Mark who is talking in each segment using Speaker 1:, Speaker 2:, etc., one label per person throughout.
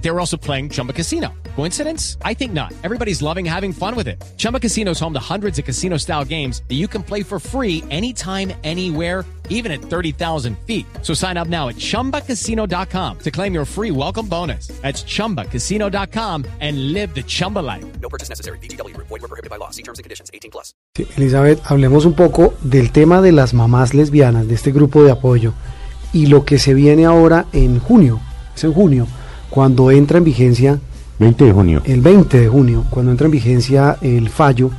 Speaker 1: They were also playing Chumba Casino. Coincidence? I think not. Everybody's loving having fun with it. Chumba Casino is home to hundreds of casino style games that you can play for free anytime, anywhere even at 30,000 feet. So sign up now at ChumbaCasino.com to claim your free welcome bonus. That's ChumbaCasino.com and live the Chumba life.
Speaker 2: No purchase necessary. BGW. Void were prohibited by law. See terms and conditions. 18 plus.
Speaker 3: Sí, Elizabeth, hablemos un poco del tema de las mamás lesbianas, de este grupo de apoyo, y lo que se viene ahora en junio, es en junio, cuando entra en vigencia,
Speaker 4: 20 de junio.
Speaker 3: el 20 de junio, cuando entra en vigencia el fallo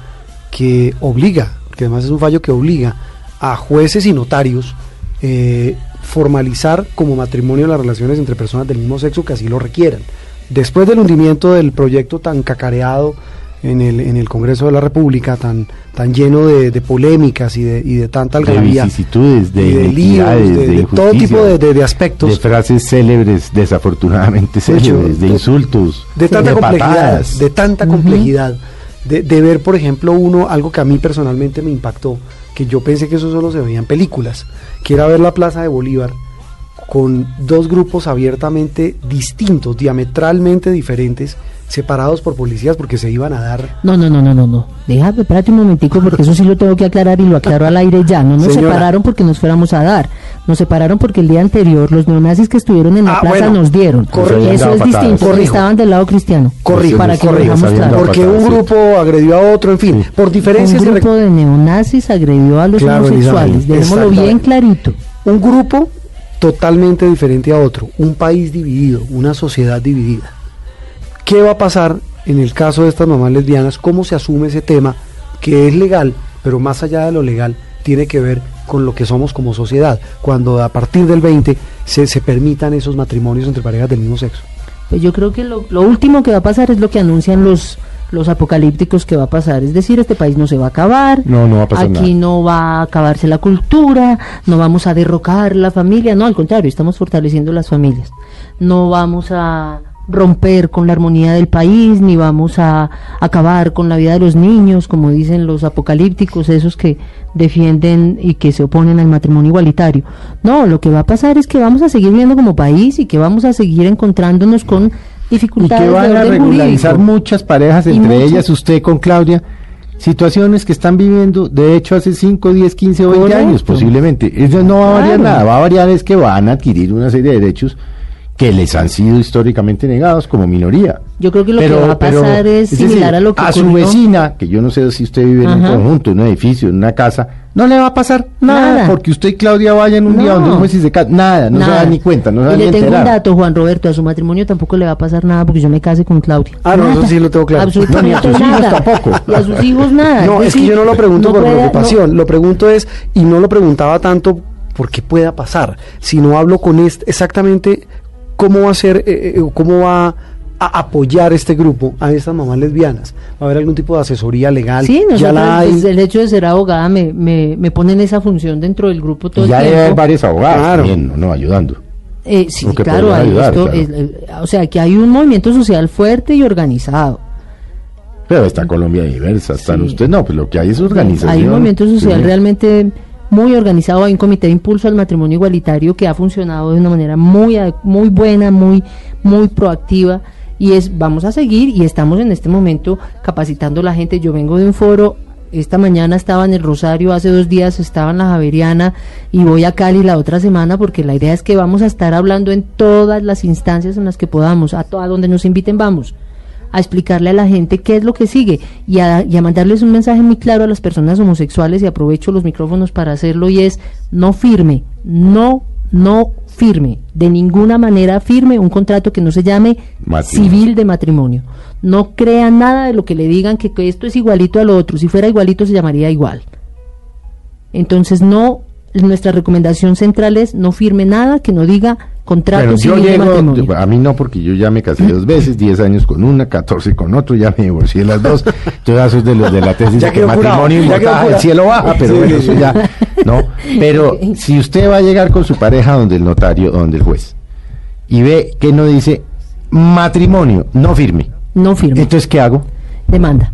Speaker 3: que obliga, que además es un fallo que obliga a jueces y notarios eh, formalizar como matrimonio las relaciones entre personas del mismo sexo que así lo requieran. Después del hundimiento del proyecto tan cacareado en el, en el Congreso de la República, tan, tan lleno de, de polémicas y de, y de tanta
Speaker 4: De
Speaker 3: algarabía,
Speaker 4: vicisitudes, de
Speaker 3: y de líos,
Speaker 4: inequidades,
Speaker 3: de, de todo
Speaker 4: injusticias,
Speaker 3: tipo de, de- de aspectos.
Speaker 4: de frases célebres, desafortunadamente célebres, de
Speaker 3: de-
Speaker 4: insultos,
Speaker 3: de tanta complejidad,
Speaker 4: patadas.
Speaker 3: de tanta complejidad, de, de ver, por ejemplo, uno, algo que a mí personalmente me impactó, que yo pensé que eso solo se veía en películas, que era ver la Plaza de Bolívar con dos grupos abiertamente distintos, diametralmente diferentes, separados por policías porque se iban a dar
Speaker 5: No, no, no, no, no, no. Déjame, espérate un momentico porque eso sí lo tengo que aclarar y lo aclaro al aire ya. No nos
Speaker 3: Señora.
Speaker 5: separaron porque nos fuéramos a dar. Nos separaron porque el día anterior los neonazis que estuvieron en la
Speaker 3: Ah,
Speaker 5: plaza
Speaker 3: bueno.
Speaker 5: nos dieron.
Speaker 3: Corrijo.
Speaker 5: eso
Speaker 4: Nos habían
Speaker 5: es
Speaker 4: dado patadas.
Speaker 5: distinto.
Speaker 3: Corrijo.
Speaker 5: Estaban del lado cristiano.
Speaker 3: Corrijo,
Speaker 5: Para que lo
Speaker 3: corrijo,
Speaker 5: dejamos
Speaker 4: sabiendo
Speaker 5: claro.
Speaker 4: Una
Speaker 3: porque
Speaker 4: patada,
Speaker 3: un
Speaker 4: sí.
Speaker 3: grupo agredió a otro, en fin,
Speaker 4: Sí.
Speaker 3: por
Speaker 5: Un
Speaker 3: diferencias y
Speaker 5: grupo de neonazis agredió a los
Speaker 3: Claro,
Speaker 5: homosexuales.
Speaker 3: Elizabeth,
Speaker 5: Dejémoslo bien
Speaker 3: exactamente.
Speaker 5: clarito.
Speaker 3: un grupo totalmente diferente a otro, un país dividido, una sociedad dividida. ¿Qué va a pasar en el caso de estas mamás lesbianas? ¿Cómo se asume ese tema que es legal, pero más allá de lo legal, tiene que ver con lo que somos como sociedad, cuando a partir del 20 se, se permitan esos matrimonios entre parejas del mismo sexo?
Speaker 5: Pues yo creo que lo, lo último que va a pasar es lo que anuncian los los apocalípticos que va a pasar, es decir, este país no se va a acabar,
Speaker 4: No, no va a pasar
Speaker 5: aquí
Speaker 4: nada.
Speaker 5: no va a acabarse la cultura, no vamos a derrocar la familia, no, al contrario, estamos fortaleciendo las familias, no vamos a romper con la armonía del país, ni vamos a acabar con la vida de los niños, como dicen los apocalípticos, esos que defienden y que se oponen al matrimonio igualitario. No, lo que va a pasar es que vamos a seguir viviendo como país y que vamos a seguir encontrándonos con
Speaker 4: Y
Speaker 5: dificultades
Speaker 4: que van
Speaker 5: de
Speaker 4: a
Speaker 5: orden
Speaker 4: regularizar
Speaker 5: jurídico.
Speaker 4: muchas parejas,
Speaker 5: Y
Speaker 4: entre
Speaker 5: muchas-
Speaker 4: ellas usted con Claudia, situaciones que están viviendo, de hecho, hace 5, 10, 15 o 20
Speaker 5: Correcto.
Speaker 4: años posiblemente. Eso no va a variar
Speaker 5: Claro.
Speaker 4: nada, va a variar es que van a adquirir una serie de derechos que les han sido históricamente negados como minoría.
Speaker 5: Yo creo que lo que va a
Speaker 4: pero,
Speaker 5: pasar es
Speaker 4: decir,
Speaker 5: similar a lo que
Speaker 4: a su
Speaker 5: ocurrió-
Speaker 4: vecina, que yo no sé si usted vive en un
Speaker 5: Ajá.
Speaker 4: conjunto, en un edificio, en una casa, no le va a pasar nada,
Speaker 5: Nada.
Speaker 4: porque usted y Claudia vayan un día
Speaker 5: No.
Speaker 4: donde un juez y se casa, nada, no se
Speaker 5: Nada.
Speaker 4: da ni cuenta, no se
Speaker 5: Y
Speaker 4: da ni
Speaker 5: le tengo un
Speaker 4: enterar.
Speaker 5: dato, Juan Roberto, a su matrimonio tampoco le va a pasar nada porque yo me case con Claudia.
Speaker 3: Ah, no,
Speaker 5: Nada.
Speaker 3: eso sí lo tengo claro.
Speaker 5: Absolutamente
Speaker 4: No, ni a sus hijos
Speaker 5: nada.
Speaker 4: tampoco.
Speaker 5: Y a sus hijos nada.
Speaker 3: No, es que
Speaker 5: decir,
Speaker 3: yo no lo pregunto
Speaker 5: no
Speaker 3: por
Speaker 5: puede-
Speaker 3: preocupación, lo pregunto es, y no lo preguntaba tanto porque pueda pasar, sino hablo con este, exactamente cómo va a ser, eh, eh, cómo va a apoyar este grupo a estas mamás lesbianas. ¿Va a haber algún tipo de asesoría
Speaker 5: no-
Speaker 3: legal?
Speaker 5: Sí,
Speaker 3: ya la
Speaker 5: nosotros,
Speaker 3: hay.
Speaker 5: pues, el hecho de ser abogada me, me, me pone en esa función dentro del grupo todo
Speaker 4: Y ya
Speaker 5: el
Speaker 4: debe
Speaker 5: tiempo.
Speaker 4: haber varios abogados
Speaker 3: Claro.
Speaker 4: también, ¿no? no, ayudando.
Speaker 5: Eh, sí,
Speaker 4: Lo que
Speaker 5: claro,
Speaker 4: podrían
Speaker 5: hay
Speaker 4: ayudar,
Speaker 5: esto,
Speaker 4: claro.
Speaker 5: es- eh, o sea, que hay un movimiento social fuerte y organizado.
Speaker 4: Pero está Colombia diversa, están
Speaker 5: Sí.
Speaker 4: usted, no, pues lo que hay es organización.
Speaker 5: Hay un movimiento social
Speaker 4: Sí.
Speaker 5: realmente muy organizado, hay un comité de impulso al matrimonio igualitario que ha funcionado de una manera muy ade- muy buena, muy muy proactiva y es vamos a seguir y estamos en este momento capacitando a la gente. Yo vengo de un foro esta mañana estaba en el Rosario, hace dos días estaba en la Javeriana y voy a Cali la otra semana porque la idea es que vamos a estar hablando en todas las instancias en las que podamos, a, to- a donde nos inviten vamos a explicarle a la gente qué es lo que sigue y a, y a mandarles un mensaje muy claro a las personas homosexuales y aprovecho los micrófonos para hacerlo y es no firme, no, no firme, de ninguna manera firme un contrato que no se llame
Speaker 4: Matrimonio.
Speaker 5: civil de matrimonio. No crean nada de lo que le digan que, que esto es igualito a lo otro, si fuera igualito se llamaría igual. Entonces no, nuestra recomendación central es no firme nada que no diga contrato
Speaker 4: Bueno, yo
Speaker 5: civil de
Speaker 4: llego,
Speaker 5: matrimonio.
Speaker 4: a mí no, porque yo ya me casé dos veces, 10 años con una, 14 con otro, ya me divorcié las dos. Entonces, eso es de los de la tesis
Speaker 3: Ya
Speaker 4: de que
Speaker 3: quedó curado,
Speaker 4: matrimonio
Speaker 3: ya quedó
Speaker 4: inmortal, el
Speaker 3: curado.
Speaker 4: cielo baja, pero
Speaker 3: Sí,
Speaker 4: bueno,
Speaker 3: sí,
Speaker 4: eso
Speaker 3: sí.
Speaker 4: ya, ¿no? Pero si usted va a llegar con su pareja donde el notario, donde el juez, y ve que no dice matrimonio, no firme,
Speaker 5: No firme,
Speaker 4: entonces, ¿qué hago?
Speaker 5: demanda.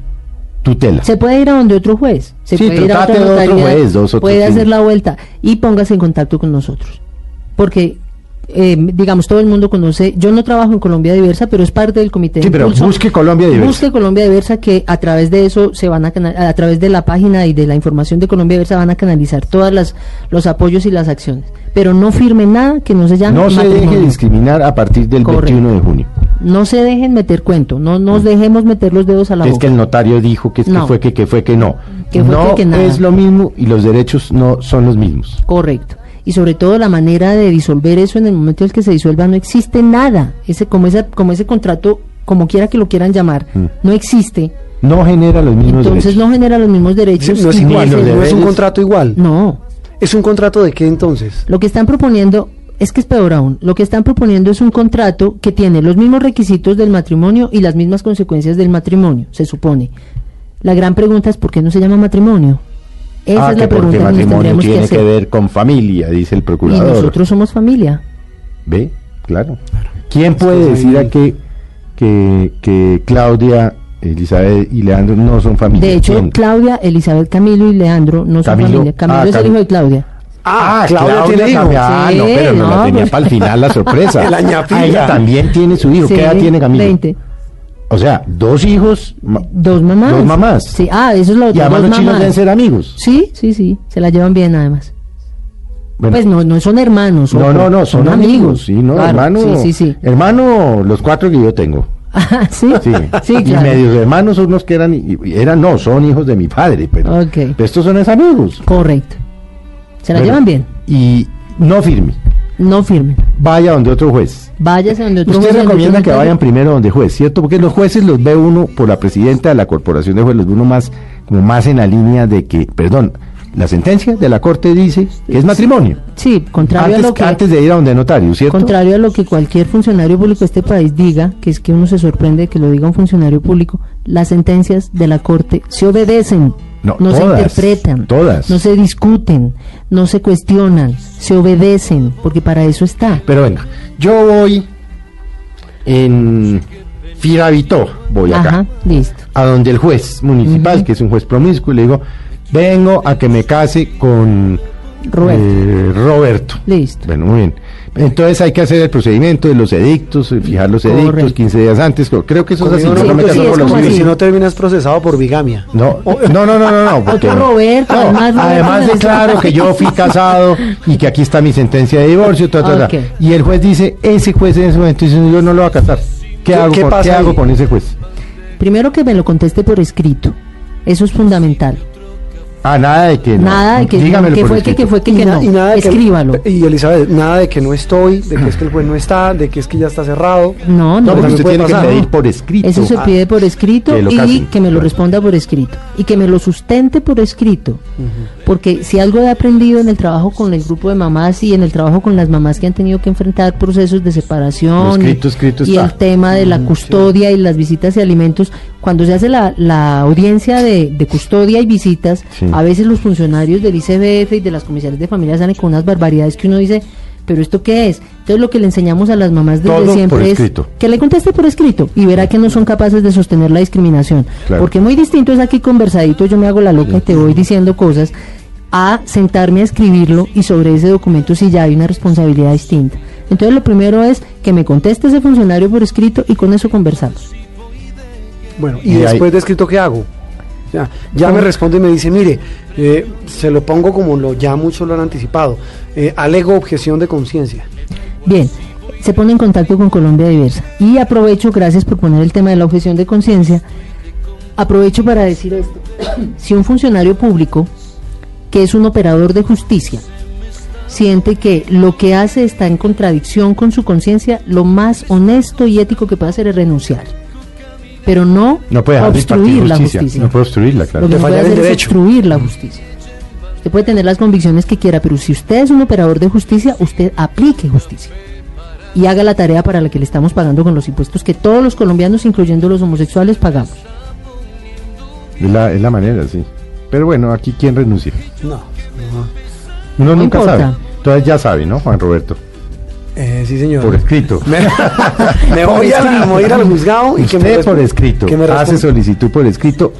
Speaker 4: tutela.
Speaker 5: Se puede ir a donde otro juez, se
Speaker 4: Sí,
Speaker 5: puede ir a
Speaker 4: trate
Speaker 5: otra
Speaker 4: de otro
Speaker 5: notaría,
Speaker 4: juez, dos, otro,
Speaker 5: puede
Speaker 4: sí.
Speaker 5: hacer la vuelta y póngase en contacto con nosotros. Porque, eh, digamos, todo el mundo conoce, yo no trabajo en Colombia Diversa, pero es parte del comité. de
Speaker 4: Sí, pero
Speaker 5: impulso.
Speaker 4: busque Colombia Diversa.
Speaker 5: Busque Colombia Diversa, que a través de eso se van a cana- a través de la página y de la información de Colombia Diversa van a canalizar todas las los apoyos y las acciones. Pero no firme nada que no se llame
Speaker 4: No se deje
Speaker 5: matrimonio.
Speaker 4: discriminar a partir del
Speaker 5: Correcto.
Speaker 4: 21 de junio.
Speaker 5: No se dejen meter cuento, no nos dejemos meter los dedos a la
Speaker 4: Que Mm. es
Speaker 5: boca.
Speaker 4: que el notario dijo que, es que
Speaker 5: No.
Speaker 4: fue que, que fue que no.
Speaker 5: Que fue
Speaker 4: no
Speaker 5: que- que nada.
Speaker 4: es lo mismo y los derechos no son los mismos.
Speaker 5: Correcto. Y sobre todo la manera de disolver eso en el momento en el que se disuelva no existe nada. Ese como ese como ese contrato como quiera que lo quieran llamar, no existe.
Speaker 4: No genera los mismos
Speaker 5: Entonces
Speaker 4: Mm. derechos.
Speaker 5: no genera los mismos derechos.
Speaker 3: No es
Speaker 5: y
Speaker 3: igual,
Speaker 4: ni
Speaker 5: no
Speaker 4: los
Speaker 5: se-
Speaker 3: no es un
Speaker 4: deberes.
Speaker 3: contrato igual.
Speaker 5: No.
Speaker 3: ¿Es un contrato de qué entonces?
Speaker 5: Lo que están proponiendo es que es peor aún. Lo que están proponiendo es un contrato que tiene los mismos requisitos del matrimonio y las mismas consecuencias del matrimonio, se supone. La gran pregunta es por qué no se llama matrimonio. Esa
Speaker 4: ah,
Speaker 5: es
Speaker 4: que
Speaker 5: la pregunta
Speaker 4: porque
Speaker 5: que nos
Speaker 4: matrimonio
Speaker 5: tendríamos que
Speaker 4: tiene que,
Speaker 5: hacer.
Speaker 4: ver con familia, dice el
Speaker 5: y
Speaker 4: procurador.
Speaker 5: nosotros somos familia.
Speaker 4: ¿Ve? Claro. ¿Quién puede
Speaker 3: Entonces,
Speaker 4: decir
Speaker 3: ahí-
Speaker 4: a que, que, que Claudia, Elizabeth y Leandro no son familia?
Speaker 5: De hecho,
Speaker 4: ¿Quién?
Speaker 5: Claudia, Elizabeth, Camilo y Leandro no son
Speaker 4: Camilo-
Speaker 5: familia. Camilo es
Speaker 4: ah,
Speaker 5: el
Speaker 4: Cam-
Speaker 5: hijo de Claudia.
Speaker 4: Ah, Claudia,
Speaker 3: hijo.
Speaker 4: también. Ah, no,
Speaker 5: Sí,
Speaker 4: pero no, la
Speaker 5: no,
Speaker 4: tenía
Speaker 5: pues.
Speaker 4: para el final la sorpresa.
Speaker 3: La ñapita.
Speaker 4: Ah, Ella también tiene su hijo.
Speaker 5: Sí,
Speaker 4: ¿Qué edad tiene Camilo?
Speaker 5: 20.
Speaker 4: O sea, dos hijos. ma-
Speaker 5: Dos mamás.
Speaker 4: Dos mamás.
Speaker 5: Sí, ah, eso es lo
Speaker 4: Y
Speaker 5: otro.
Speaker 4: además
Speaker 5: dos
Speaker 4: los chinos
Speaker 5: mamás.
Speaker 4: deben ser amigos.
Speaker 5: Sí, sí, sí. Se la llevan bien, además.
Speaker 4: Bueno,
Speaker 5: Pues no, no son hermanos.
Speaker 4: no,
Speaker 5: ojo,
Speaker 4: no, no, son, amigos. Sí, no,
Speaker 5: Claro,
Speaker 4: hermano.
Speaker 5: Sí, sí, sí.
Speaker 4: Hermano, los cuatro que yo tengo.
Speaker 5: Ah, sí,
Speaker 4: Sí,
Speaker 5: sí,
Speaker 4: y
Speaker 5: claro.
Speaker 4: medios hermanos son los que eran, y- y eran no, son hijos de mi padre, pero
Speaker 5: Ok.
Speaker 4: pero estos son mis amigos.
Speaker 5: Correcto. Se la
Speaker 4: Bueno,
Speaker 5: llevan bien.
Speaker 4: Y no firme,
Speaker 5: No firmen.
Speaker 4: vaya donde otro juez.
Speaker 5: Váyase donde otro
Speaker 4: Usted
Speaker 5: juez, donde
Speaker 4: recomienda
Speaker 5: otro
Speaker 4: que
Speaker 5: notario.
Speaker 4: vayan primero donde juez, ¿cierto? Porque los jueces los ve uno por la presidenta de la corporación de jueces, los ve uno más, como más en la línea de que, perdón, la sentencia de la corte dice que es matrimonio.
Speaker 5: Sí, contrario a
Speaker 4: Antes,
Speaker 5: lo que.
Speaker 4: antes de ir a donde notario, ¿cierto?
Speaker 5: Contrario a lo que cualquier funcionario público de este país diga, que es que uno se sorprende de que lo diga un funcionario público, las sentencias de la Corte se obedecen,
Speaker 4: No,
Speaker 5: no,
Speaker 4: todas,
Speaker 5: se interpretan,
Speaker 4: todas.
Speaker 5: no se discuten, no se cuestionan, se obedecen, porque para eso está.
Speaker 4: Pero venga, yo voy en Firavito, voy acá.
Speaker 5: Ajá, listo.
Speaker 4: a donde el juez municipal, que es un juez promiscuo, y le digo, vengo a que me case con
Speaker 5: Roberto.
Speaker 4: eh, Roberto.
Speaker 5: Listo.
Speaker 4: Bueno, muy bien. Entonces hay que hacer el procedimiento de los edictos, eh, fijar los edictos
Speaker 5: Correcto.
Speaker 4: 15 días antes. co- Creo que eso es así.
Speaker 3: Conmigo no,
Speaker 5: Sí,
Speaker 3: porque
Speaker 4: me
Speaker 5: sí,
Speaker 4: casó
Speaker 5: es
Speaker 4: con los
Speaker 5: como
Speaker 3: porque
Speaker 5: así.
Speaker 4: míos.
Speaker 3: si no terminas procesado por bigamia.
Speaker 4: No, no, no, no, no, no, porque-
Speaker 5: Roberto,
Speaker 4: no,
Speaker 5: además Roberto
Speaker 4: además
Speaker 5: me
Speaker 4: de
Speaker 5: la-
Speaker 4: claro que yo fui casado y que aquí está mi sentencia de divorcio, ta, ta, ta.
Speaker 5: Ok.
Speaker 4: y el juez dice, ese juez en ese momento dice, yo no lo voy a casar. ¿Qué,
Speaker 3: ¿Qué-
Speaker 4: hago,
Speaker 3: qué
Speaker 4: con,
Speaker 3: pasa
Speaker 4: ¿qué
Speaker 3: ahí?
Speaker 4: hago con ese juez?
Speaker 5: Primero que me lo conteste por escrito, eso es fundamental.
Speaker 4: Ah, nada de que no.
Speaker 5: Nada de que,
Speaker 4: Dígamelo
Speaker 5: que
Speaker 4: por
Speaker 5: fue que,
Speaker 4: escrito.
Speaker 5: que fue que, que
Speaker 3: na-
Speaker 5: no,
Speaker 3: de que-
Speaker 5: escríbalo.
Speaker 3: y Elizabeth, nada de que no estoy, de que es que el juez no está, de que es que ya está cerrado.
Speaker 5: No,
Speaker 4: No,
Speaker 5: no,
Speaker 4: porque
Speaker 3: Eso
Speaker 4: usted
Speaker 3: puede
Speaker 4: tiene que
Speaker 3: pasar,
Speaker 4: pedir
Speaker 3: ¿no?
Speaker 4: por escrito.
Speaker 5: Eso se
Speaker 4: Ah,
Speaker 5: pide por escrito
Speaker 4: Que lo
Speaker 5: y
Speaker 4: casen.
Speaker 5: que me lo responda por escrito y que me lo sustente por escrito. Porque si algo he aprendido en el trabajo con el grupo de mamás y en el trabajo con las mamás que han tenido que enfrentar procesos de separación
Speaker 4: Lo escrito,
Speaker 5: y-
Speaker 4: escrito
Speaker 5: y,
Speaker 4: está.
Speaker 5: el tema de la custodia y las visitas y alimentos, cuando se hace la, la audiencia de, de custodia y visitas,
Speaker 4: Sí.
Speaker 5: a veces los funcionarios del ICBF y de las comisarías de familia salen con unas barbaridades que uno dice, pero ¿esto qué es? Entonces lo que le enseñamos a las mamás desde
Speaker 4: Todo por
Speaker 5: siempre es
Speaker 4: escrito.
Speaker 5: que le conteste por escrito y verá que no son capaces de sostener la discriminación.
Speaker 4: Claro.
Speaker 5: Porque muy distinto es aquí conversadito, yo me hago la loca y te voy diciendo cosas, a sentarme a escribirlo y sobre ese documento si ya hay una responsabilidad distinta. Entonces lo primero es que me conteste ese funcionario por escrito y con eso conversamos.
Speaker 3: Bueno, y
Speaker 4: Y ahí-
Speaker 3: después de escrito, ¿qué hago? Ya, ya me responde y me dice, mire, eh, se lo pongo como lo ya muchos lo han anticipado. eh, alego objeción de conciencia.
Speaker 5: Bien, se pone en contacto con Colombia Diversa. Y aprovecho, gracias por poner el tema de la objeción de conciencia, aprovecho para decir esto. si un funcionario público, que es un operador de justicia, siente que lo que hace está en contradicción con su conciencia, lo más honesto y ético que puede hacer es renunciar. Pero no,
Speaker 4: No puede dejar de
Speaker 5: obstruir
Speaker 4: impartir
Speaker 5: la
Speaker 4: justicia.
Speaker 5: justicia.
Speaker 4: No puede obstruirla, claro.
Speaker 5: Lo que
Speaker 3: De
Speaker 5: no puede
Speaker 3: fallar el
Speaker 5: hacer es
Speaker 3: derecho.
Speaker 5: obstruir
Speaker 4: Mm.
Speaker 5: la justicia. Usted puede tener las convicciones que quiera, pero si usted es un operador de justicia, usted aplique justicia. Y haga la tarea para la que le estamos pagando con los impuestos que todos los colombianos, incluyendo los homosexuales, pagamos.
Speaker 4: Es la, es la manera, sí. Pero bueno, aquí quién renuncia.
Speaker 3: No. no.
Speaker 4: Uno
Speaker 5: No
Speaker 4: nunca
Speaker 5: importa.
Speaker 4: sabe. Entonces ya sabe, ¿no, Juan Roberto?
Speaker 3: Eh, sí, señor.
Speaker 4: Por escrito.
Speaker 3: Me, me voy, a, me voy a ir al juzgado y que me,
Speaker 4: Usted por
Speaker 3: resp-
Speaker 4: escrito.
Speaker 3: que me
Speaker 4: Hace
Speaker 3: responda.
Speaker 4: solicitud por escrito.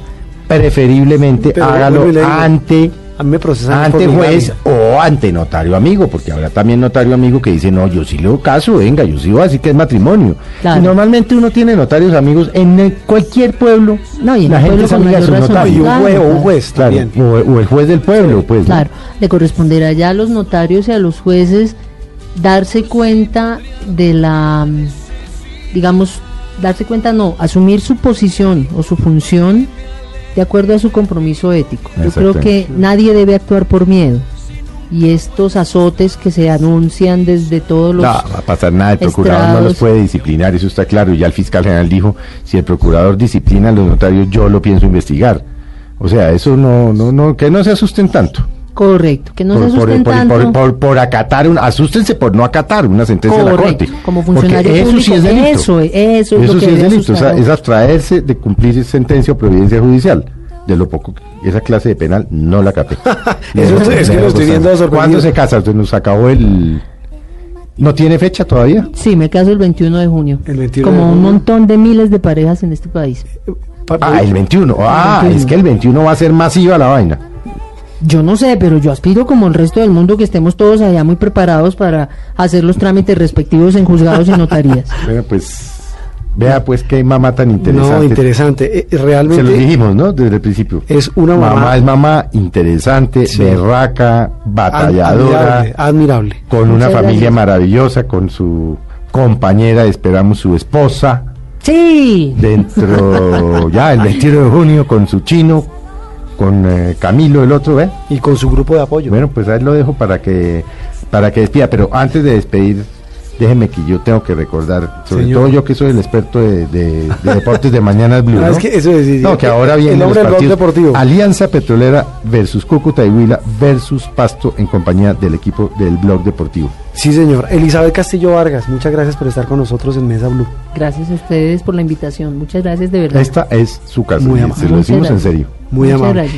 Speaker 4: preferiblemente
Speaker 3: Pero,
Speaker 4: hágalo
Speaker 3: vuelvo y le digo,
Speaker 4: ante
Speaker 3: A mí me procesan
Speaker 4: ante
Speaker 3: por
Speaker 4: juez
Speaker 3: bigamia.
Speaker 4: o ante notario amigo, porque habrá también notario amigo que dice, no, yo sí leo caso, venga, yo sí voy a decir que es matrimonio.
Speaker 5: Claro.
Speaker 4: Y normalmente uno tiene notarios amigos en eh, cualquier pueblo.
Speaker 5: No, y en
Speaker 4: la
Speaker 5: el pueblo
Speaker 4: gente es
Speaker 5: con
Speaker 4: amiga de
Speaker 5: mayor
Speaker 4: sus
Speaker 5: razón.
Speaker 3: Y
Speaker 4: notarios.
Speaker 3: un juez, o un juez
Speaker 4: Claro,
Speaker 3: también.
Speaker 4: o, o el juez del pueblo, pues. ¿no?
Speaker 5: Claro, le corresponderá ya a los notarios y a los jueces darse cuenta de la, mm, digamos, darse cuenta, no, asumir su posición o su función de acuerdo a su compromiso ético. Yo creo que nadie debe actuar por miedo. Y estos azotes que se anuncian desde todos
Speaker 4: No,
Speaker 5: los...
Speaker 4: va a pasar nada, el procurador no los
Speaker 5: estrados.
Speaker 4: puede disciplinar, eso está claro. Y ya el fiscal general dijo, si el procurador disciplina a los notarios, yo lo pienso investigar. O sea, eso no, no, no, que no se asusten tanto.
Speaker 5: Correcto, que no se
Speaker 4: por, por-
Speaker 5: asusten
Speaker 4: por-
Speaker 5: tanto.
Speaker 4: por- por- por acatar, un, asústense por no acatar una sentencia
Speaker 5: Correcto,
Speaker 4: de la Corte.
Speaker 5: como
Speaker 4: Porque
Speaker 5: funcionario
Speaker 4: eso
Speaker 5: público,
Speaker 4: sí es delito.
Speaker 5: eso, es- eso es lo que
Speaker 4: sí es
Speaker 5: debe
Speaker 4: delito, o sea,
Speaker 5: asustar.
Speaker 4: es abstraerse de cumplir sentencia o providencia judicial. De lo poco, que- esa clase de penal no la capé.
Speaker 3: Eso es- es que lo estoy viendo sorprendido.
Speaker 4: ¿Cuándo se casa? Se nos acabó el... ¿No tiene fecha todavía?
Speaker 5: Sí, me caso el 21 de junio.
Speaker 3: El 21
Speaker 5: como
Speaker 3: de
Speaker 5: un
Speaker 3: junio.
Speaker 5: montón de miles de parejas en este país.
Speaker 3: Pa-
Speaker 4: Ah, el 21. Ah,
Speaker 5: 21.
Speaker 4: es que el 21 va a ser masiva la vaina.
Speaker 5: Yo no sé, pero yo aspiro como el resto del mundo que estemos todos allá muy preparados para hacer los trámites respectivos en juzgados y notarías.
Speaker 4: Bueno, pues... Vea pues qué mamá tan
Speaker 3: No,
Speaker 4: interesante.
Speaker 3: interesante. Eh,
Speaker 4: Se lo
Speaker 3: Realmente
Speaker 4: dijimos, ¿no? Desde el principio.
Speaker 3: es una
Speaker 4: mamá,
Speaker 3: mamá
Speaker 4: es mamá interesante,
Speaker 3: Sí.
Speaker 4: berraca, batalladora,
Speaker 3: admirable, admirable.
Speaker 4: con una
Speaker 5: Muchas
Speaker 4: familia
Speaker 5: gracias.
Speaker 4: maravillosa, con su compañera, esperamos su esposa,
Speaker 5: Sí,
Speaker 4: dentro ya el 21 de junio con su chino, con eh, Camilo el otro, ¿eh?
Speaker 3: Y con su grupo de apoyo.
Speaker 4: Bueno, pues ahí lo dejo para que para que despida, pero antes de despedir Déjeme que yo tengo que recordar, sobre
Speaker 3: Señor.
Speaker 4: todo yo que soy el experto de, de- de deportes de Mañanas Blue.
Speaker 3: Ah,
Speaker 4: ¿no?
Speaker 3: es que eso es- sí, sí.
Speaker 4: No, que ahora viene
Speaker 3: el
Speaker 4: los
Speaker 3: hombre del blog
Speaker 4: partidos.
Speaker 3: deportivo.
Speaker 4: Alianza Petrolera versus Cúcuta y Huila versus Pasto en compañía del equipo del Blog Deportivo.
Speaker 3: Sí, señor. Elizabeth Castillo Vargas, muchas gracias por estar con nosotros en Mesa Blue.
Speaker 5: gracias a ustedes por la invitación. Muchas gracias de verdad.
Speaker 4: Esta es su casa.
Speaker 3: Muy
Speaker 4: y
Speaker 3: amable.
Speaker 4: Se lo
Speaker 5: Muchas
Speaker 4: decimos en
Speaker 5: gracias.
Speaker 4: serio.
Speaker 3: Muy
Speaker 5: Muchas
Speaker 3: amable.
Speaker 5: gracias.